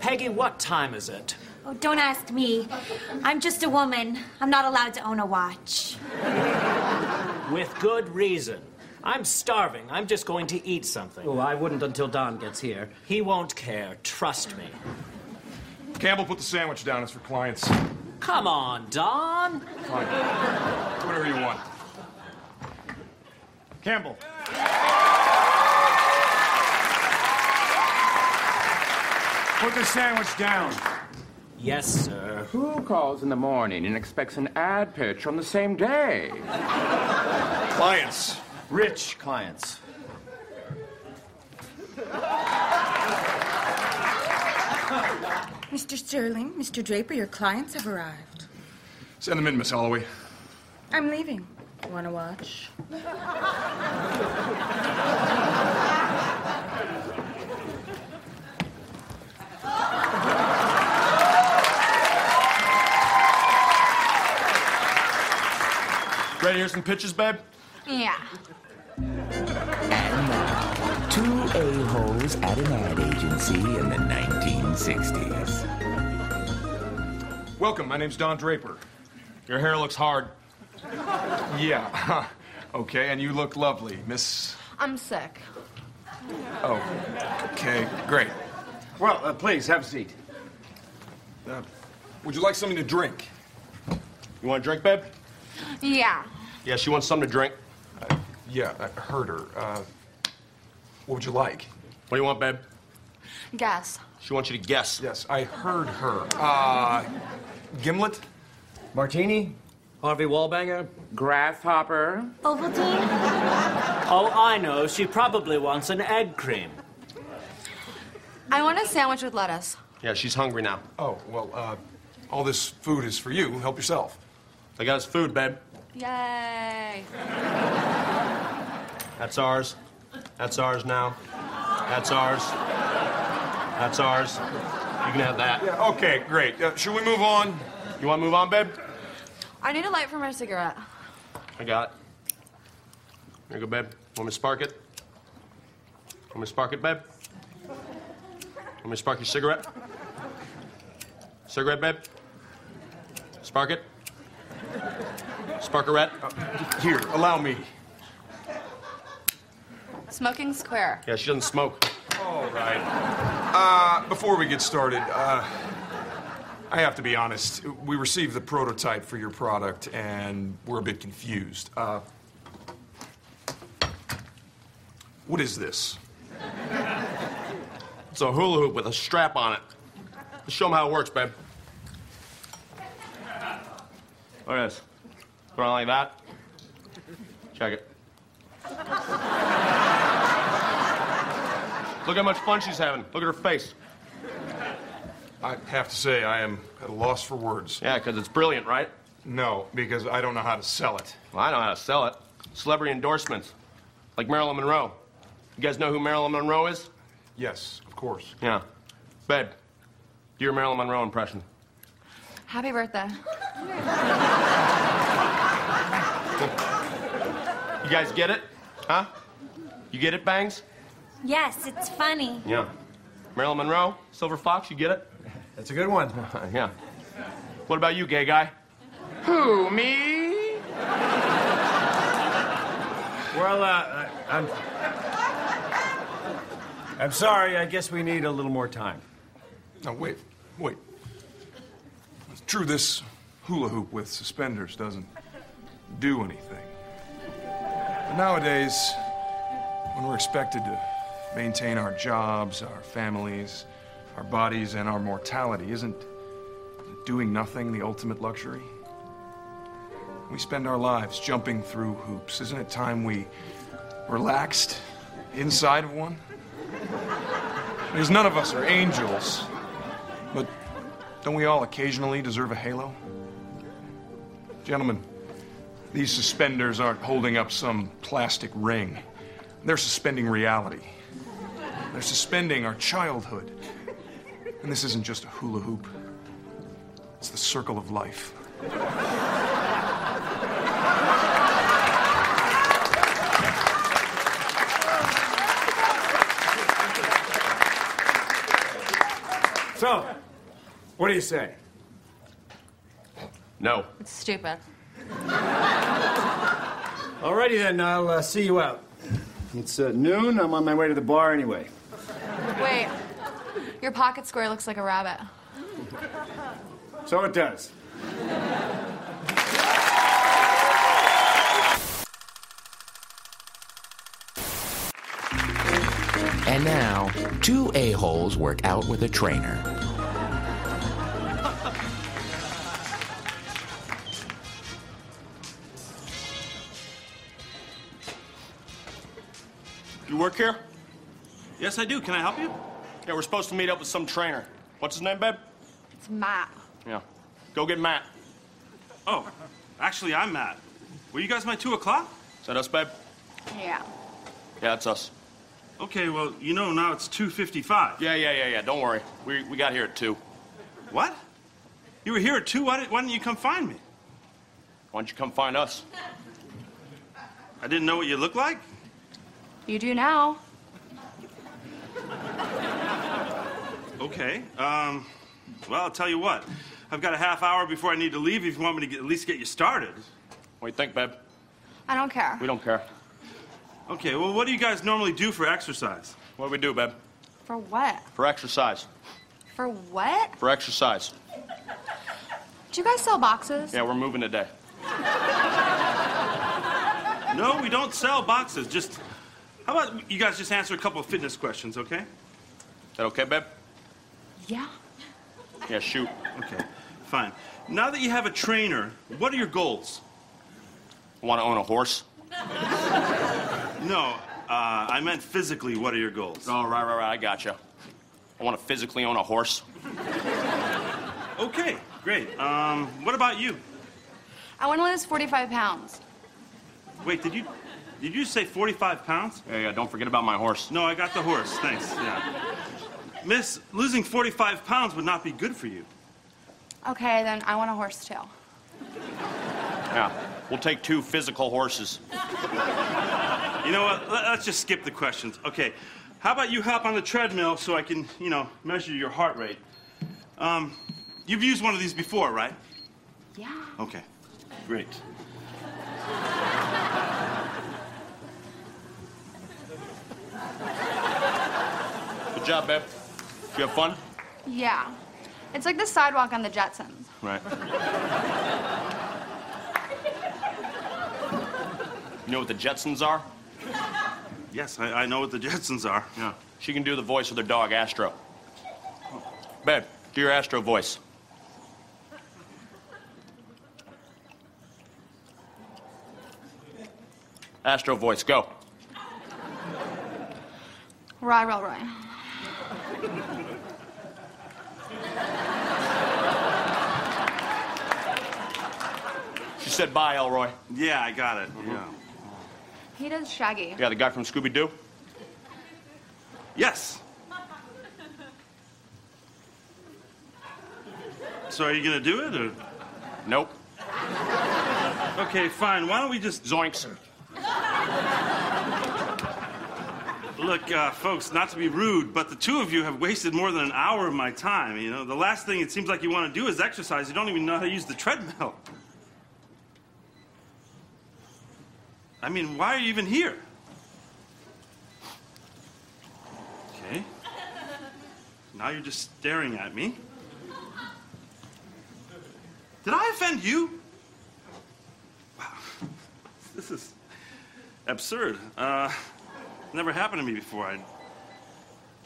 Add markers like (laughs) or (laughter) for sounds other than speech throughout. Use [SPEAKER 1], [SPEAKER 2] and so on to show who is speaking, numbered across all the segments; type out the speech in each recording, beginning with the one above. [SPEAKER 1] Peggy, what time is it?
[SPEAKER 2] Oh, don't ask me. I'm just a woman. I'm not allowed to own a watch.
[SPEAKER 1] With good reason. I'm starving. I'm just going to eat something.
[SPEAKER 3] Oh, I wouldn't until Don gets here.
[SPEAKER 1] He won't care. Trust me.
[SPEAKER 4] Campbell, put the sandwich down. It's for clients.
[SPEAKER 1] Come on, Don.
[SPEAKER 4] Fine. Whatever you want. Campbell. Put the sandwich down.
[SPEAKER 1] Yes, sir.
[SPEAKER 5] Who calls in the morning and expects an ad pitch on the same day?
[SPEAKER 4] Clients. Rich clients.
[SPEAKER 6] Mr. Sterling, Mr. Draper, your clients have arrived.
[SPEAKER 4] Send them in, Miss Holloway.
[SPEAKER 6] I'm leaving. Want to watch?
[SPEAKER 4] Ready to hear some pitches, babe?
[SPEAKER 2] Yeah.
[SPEAKER 7] And now, two a-holes at an ad agency in the 1960s.
[SPEAKER 4] Welcome. My name's Don Draper. Your hair looks hard. (laughs) Yeah. (laughs) okay, and you look lovely, Miss.
[SPEAKER 8] I'm sick.
[SPEAKER 4] Oh. Okay, great.
[SPEAKER 9] Well, uh, please have a seat.
[SPEAKER 4] Uh, would you like something to drink? You want a drink, babe?
[SPEAKER 8] Yeah.
[SPEAKER 10] Yeah, she wants something to drink.
[SPEAKER 4] Uh, Yeah, I heard her. Uh, what would you like?
[SPEAKER 10] What do you want, babe?
[SPEAKER 8] Guess.
[SPEAKER 10] She wants you to guess.
[SPEAKER 4] Yes, I heard her. Uh, gimlet?
[SPEAKER 3] Martini? Harvey Wallbanger?
[SPEAKER 5] Grasshopper.
[SPEAKER 2] Ovaltine?
[SPEAKER 1] Oh, I know. She probably wants an egg cream.
[SPEAKER 8] I want a sandwich with lettuce.
[SPEAKER 10] Yeah, she's hungry now.
[SPEAKER 4] Oh, well, uh, all this food is for you. Help yourself.
[SPEAKER 10] I got us food, babe.
[SPEAKER 8] Yay.
[SPEAKER 10] That's ours. That's ours now. That's ours. That's ours. You can have that.
[SPEAKER 4] Yeah, okay, great. Uh, should we move on?
[SPEAKER 10] You want to move on, babe?
[SPEAKER 8] I need a light for my cigarette.
[SPEAKER 10] I got it. Here you go, babe. Want me to spark it? Want me to spark it, babe? Want me to spark your cigarette? Cigarette, babe? Spark it? Sparkerette?
[SPEAKER 4] Here, allow me.
[SPEAKER 8] Smoking square.
[SPEAKER 10] Yeah, she doesn't smoke.
[SPEAKER 4] All right. Uh, before we get started, uh, I have to be honest. We received the prototype for your product, and we're a bit confused. Uh, what is this?
[SPEAKER 10] It's a hula hoop with a strap on it. Let's show them how it works, babe. There it is. Put it on like that. Check it. Look how much fun she's having. Look at her face.
[SPEAKER 4] I have to say, I am at a loss for words.
[SPEAKER 10] Yeah, because it's brilliant, right?
[SPEAKER 4] No, because I don't know how to sell it.
[SPEAKER 10] Well, I know how to sell it. Celebrity endorsements, like Marilyn Monroe. You guys know who Marilyn Monroe is?
[SPEAKER 4] Yes, of course.
[SPEAKER 10] Yeah. Babe, do your Marilyn Monroe impression.
[SPEAKER 8] Happy birthday.
[SPEAKER 10] You guys get it? Huh? You get it, Bangs?
[SPEAKER 2] Yes, it's funny.
[SPEAKER 10] Yeah. Marilyn Monroe, Silver Fox, you get it?
[SPEAKER 9] That's a good one.
[SPEAKER 10] (laughs) yeah. What about you, gay guy?
[SPEAKER 5] Who, me?
[SPEAKER 9] Well, uh, I- I'm. I'm sorry. I guess we need a little more time.
[SPEAKER 4] No, wait, wait. It's true, this hula hoop with suspenders doesn't do anything. But nowadays, when we're expected to maintain our jobs, our families, our bodies, and our mortality, isn't doing nothing the ultimate luxury? We spend our lives jumping through hoops. Isn't it time we relaxed inside of one? Because none of us are angels. But don't we all occasionally deserve a halo? Gentlemen, these suspenders aren't holding up some plastic ring. They're suspending reality. They're suspending our childhood. And this isn't just a hula hoop, it's the circle of life.
[SPEAKER 7] So, what do you say?
[SPEAKER 11] No.
[SPEAKER 8] It's stupid.
[SPEAKER 7] Alrighty then, I'll uh, see you out. It's uh, noon. I'm on my way to the bar anyway.
[SPEAKER 8] Wait. Your pocket square looks like a rabbit.
[SPEAKER 7] So it does.
[SPEAKER 12] And now, two a-holes work out with a trainer.
[SPEAKER 10] You work here? Yes, I do. Can I help you? Yeah, we're supposed to meet up with some trainer. What's his name, babe?
[SPEAKER 8] It's Matt.
[SPEAKER 10] Yeah. Go get Matt. Oh, actually, I'm Matt. Were you guys my two o'clock? Is that us, babe?
[SPEAKER 8] Yeah.
[SPEAKER 10] Yeah, it's us. Okay, well, you know now it's 2.55. Yeah, yeah, yeah, yeah. Don't worry. We, we got here at 2. What? You were here at 2? Why, did, why didn't you come find me? Why don't you come find us? I didn't know what you looked like.
[SPEAKER 8] You do now.
[SPEAKER 10] Okay. Um, well, I'll tell you what. I've got a half hour before I need to leave if you want me to get, at least get you started. What do you think, babe?
[SPEAKER 8] I don't care.
[SPEAKER 10] We don't care. Okay, well, what do you guys normally do for exercise? What do we do, babe?
[SPEAKER 8] For what?
[SPEAKER 10] For exercise.
[SPEAKER 8] For what?
[SPEAKER 10] For exercise.
[SPEAKER 8] Do you guys sell boxes?
[SPEAKER 10] Yeah, we're moving today. no, we don't sell boxes. Just, how about you guys just answer a couple of fitness questions, okay? Is that okay, babe?
[SPEAKER 8] Yeah.
[SPEAKER 10] Yeah, shoot. Okay, fine. Now that you have a trainer, what are your goals? Want to own a horse? no, uh, I meant physically, what are your goals? Oh, right, right, right, I gotcha. I want to physically own a horse. okay, great. Um, what about you?
[SPEAKER 8] I want to lose 45 pounds.
[SPEAKER 10] Wait, did you did you say 45 pounds? Yeah, yeah, don't forget about my horse. No, I got the horse, thanks, yeah. Miss, losing 45 pounds would not be good for you.
[SPEAKER 8] Okay, then I want a horse too.
[SPEAKER 10] Yeah, we'll take two physical horses. You know what? Let- Let's just skip the questions. Okay, how about you hop on the treadmill so I can, you know, measure your heart rate? Um, you've used one of these before, right?
[SPEAKER 8] Yeah.
[SPEAKER 10] Okay, great. Good job, babe. Did you have fun?
[SPEAKER 8] Yeah. It's like the sidewalk on the Jetsons.
[SPEAKER 10] Right. You know what the Jetsons are? Yes, I, I know what the (laughs) Jetsons are. Yeah. She can do the voice of their dog, Astro. Babe, do your Astro voice. Astro voice, go.
[SPEAKER 8] Roy, roy, roy.
[SPEAKER 10] She said bye, Elroy. Yeah, I got it.
[SPEAKER 9] Uh-huh.
[SPEAKER 10] Yeah.
[SPEAKER 8] He does Shaggy.
[SPEAKER 10] Yeah, the guy from Scooby Doo? Yes. So are you gonna do it or? Nope. Okay, fine. Why don't we just zoinks? Look, uh, folks, not to be rude, but the two of you have wasted more than an hour of my time. You know, the last thing it seems like you want to do is exercise. You don't even know how to use the treadmill. I mean, why are you even here? Okay. Now you're just staring at me. Did I offend you? Wow. (laughs) This is absurd. Uh, never happened to me before. I,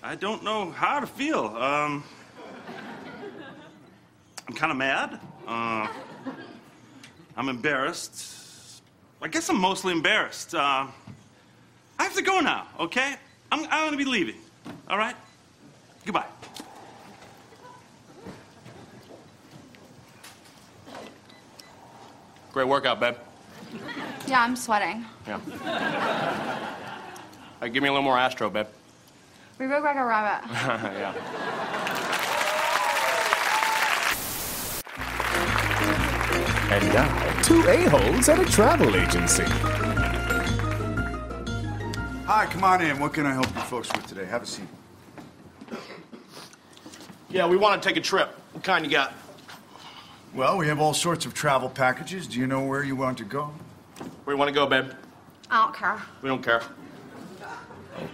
[SPEAKER 10] I don't know how to feel. Um, I'm kind of mad. Uh, I'm embarrassed. I guess I'm mostly embarrassed. Uh, I have to go now, okay? I'm, I'm going to be leaving. All right? Goodbye.
[SPEAKER 11] Great workout, babe.
[SPEAKER 8] Yeah, I'm sweating.
[SPEAKER 11] Yeah. Hey, give me a little more Astro, babe. (laughs)
[SPEAKER 8] We broke like a rabbit.
[SPEAKER 11] yeah.
[SPEAKER 12] And now, two a-holes at a travel agency.
[SPEAKER 13] Hi, come on in. What can I help you folks with today? Have a seat.
[SPEAKER 10] Yeah, we want to take a trip. What kind you got?
[SPEAKER 7] Well, we have all sorts of travel packages. Do you know where you want to go?
[SPEAKER 10] Where you want to go, babe?
[SPEAKER 8] I don't care.
[SPEAKER 10] We don't care.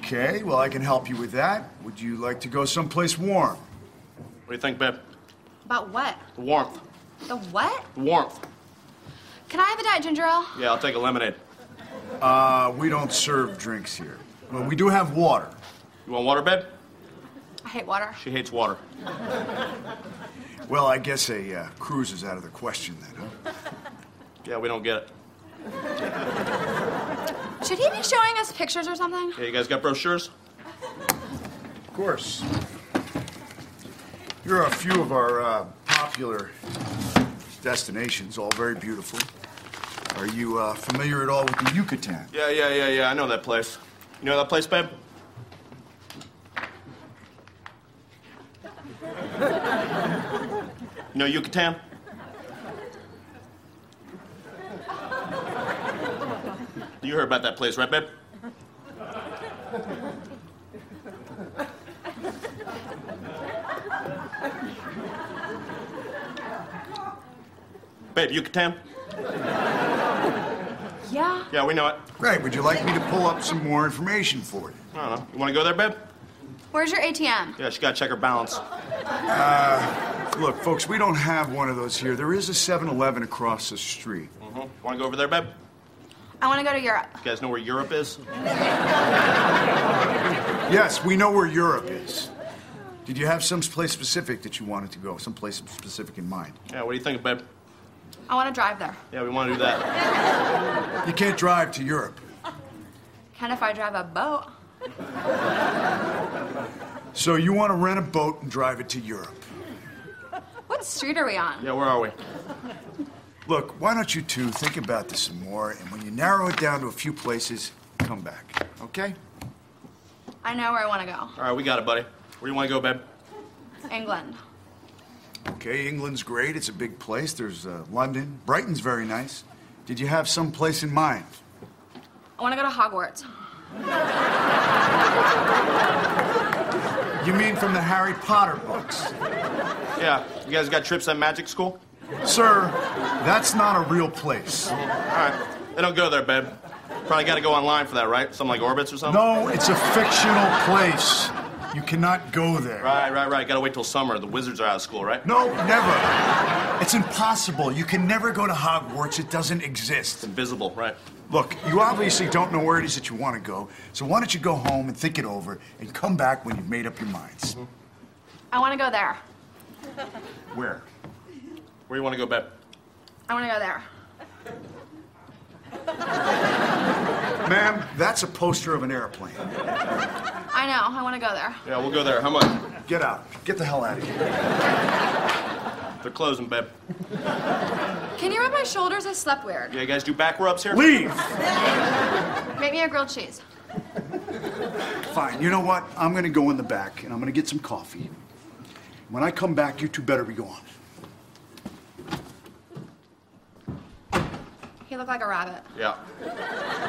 [SPEAKER 7] Okay, well, I can help you with that. Would you like to go someplace warm?
[SPEAKER 10] What do you think, babe?
[SPEAKER 8] About what?
[SPEAKER 10] The warmth.
[SPEAKER 8] The what?
[SPEAKER 10] The warmth.
[SPEAKER 8] Can I have a diet ginger ale?
[SPEAKER 10] Yeah, I'll take a lemonade.
[SPEAKER 7] Uh, we don't serve drinks here. Well, we do have water.
[SPEAKER 10] You want water, babe?
[SPEAKER 8] I hate water.
[SPEAKER 10] She hates water.
[SPEAKER 7] Well, I guess a uh, cruise is out of the question then, huh?
[SPEAKER 10] Yeah, we don't get it.
[SPEAKER 8] Should he be showing us pictures or something?
[SPEAKER 10] Yeah, you guys got brochures?
[SPEAKER 7] Of course. Here are a few of our uh, popular destinations, all very beautiful. Are you uh, familiar at all with the Yucatan?
[SPEAKER 10] Yeah, yeah, yeah, yeah. I know that place. You know that place, babe? You know Yucatan? You heard about that place, right, babe? Babe, Yucatan?
[SPEAKER 8] Yeah.
[SPEAKER 10] Yeah, we know it.
[SPEAKER 7] Great. Would you like me to pull up some more information for you?
[SPEAKER 10] I don't know. You want to go there, babe?
[SPEAKER 8] Where's your ATM?
[SPEAKER 10] Yeah, she got to check her balance.
[SPEAKER 7] Uh, look, folks, we don't have one of those here. There is a 7 Eleven across the street.
[SPEAKER 10] hmm Want to go over there, babe?
[SPEAKER 8] I want to go to Europe.
[SPEAKER 10] You guys know where Europe is?
[SPEAKER 7] Yes, we know where Europe is. Did you have some place specific that you wanted to go? Some place specific in mind?
[SPEAKER 10] Yeah, what do you think, babe?
[SPEAKER 8] I want to drive there.
[SPEAKER 10] Yeah, we want to do that.
[SPEAKER 7] You can't drive to Europe.
[SPEAKER 8] Can if I drive a boat?
[SPEAKER 7] So you want to rent a boat and drive it to Europe.
[SPEAKER 8] What street are we on?
[SPEAKER 10] Yeah, where are we?
[SPEAKER 7] Look, why don't you two think about this some more, and when you narrow it down to a few places, come back, okay?
[SPEAKER 8] I know where I want to go.
[SPEAKER 10] All right, we got it, buddy. Where do you want to go, babe?
[SPEAKER 8] England.
[SPEAKER 7] Okay, England's great. It's a big place. There's uh, London. Brighton's very nice. Did you have some place in mind?
[SPEAKER 8] I want to go to Hogwarts.
[SPEAKER 7] You mean from the Harry Potter books?
[SPEAKER 10] Yeah, you guys got trips at magic school?
[SPEAKER 7] Sir, that's not a real place.
[SPEAKER 10] All right, they don't go there, babe. Probably got to go online for that, right? Something like Orbitz or something?
[SPEAKER 7] No, it's a fictional place. You cannot go there.
[SPEAKER 10] Right, right, right. Got to wait till summer. The wizards are out of school, right?
[SPEAKER 7] No, never. It's impossible. You can never go to Hogwarts. It doesn't exist.
[SPEAKER 10] Invisible, right?
[SPEAKER 7] Look, you obviously don't know where it is that you want to go, so why don't you go home and think it over and come back when you've made up your minds?
[SPEAKER 8] I want to go there.
[SPEAKER 7] Where?
[SPEAKER 10] Where you want to go, babe?
[SPEAKER 8] I want to go there.
[SPEAKER 7] Ma'am, that's a poster of an airplane.
[SPEAKER 8] I know. I want to go there.
[SPEAKER 10] Yeah, we'll go there. How much?
[SPEAKER 7] Get out. Get the hell out of here.
[SPEAKER 10] They're closing, babe.
[SPEAKER 8] Can you rub my shoulders? I slept weird.
[SPEAKER 10] Yeah, you guys do back rubs here?
[SPEAKER 7] Leave!
[SPEAKER 8] Make me a grilled cheese.
[SPEAKER 7] Fine, you know what? I'm gonna go in the back and I'm gonna get some coffee. When I come back, you two better be gone.
[SPEAKER 8] He looked like a rabbit.
[SPEAKER 10] Yeah.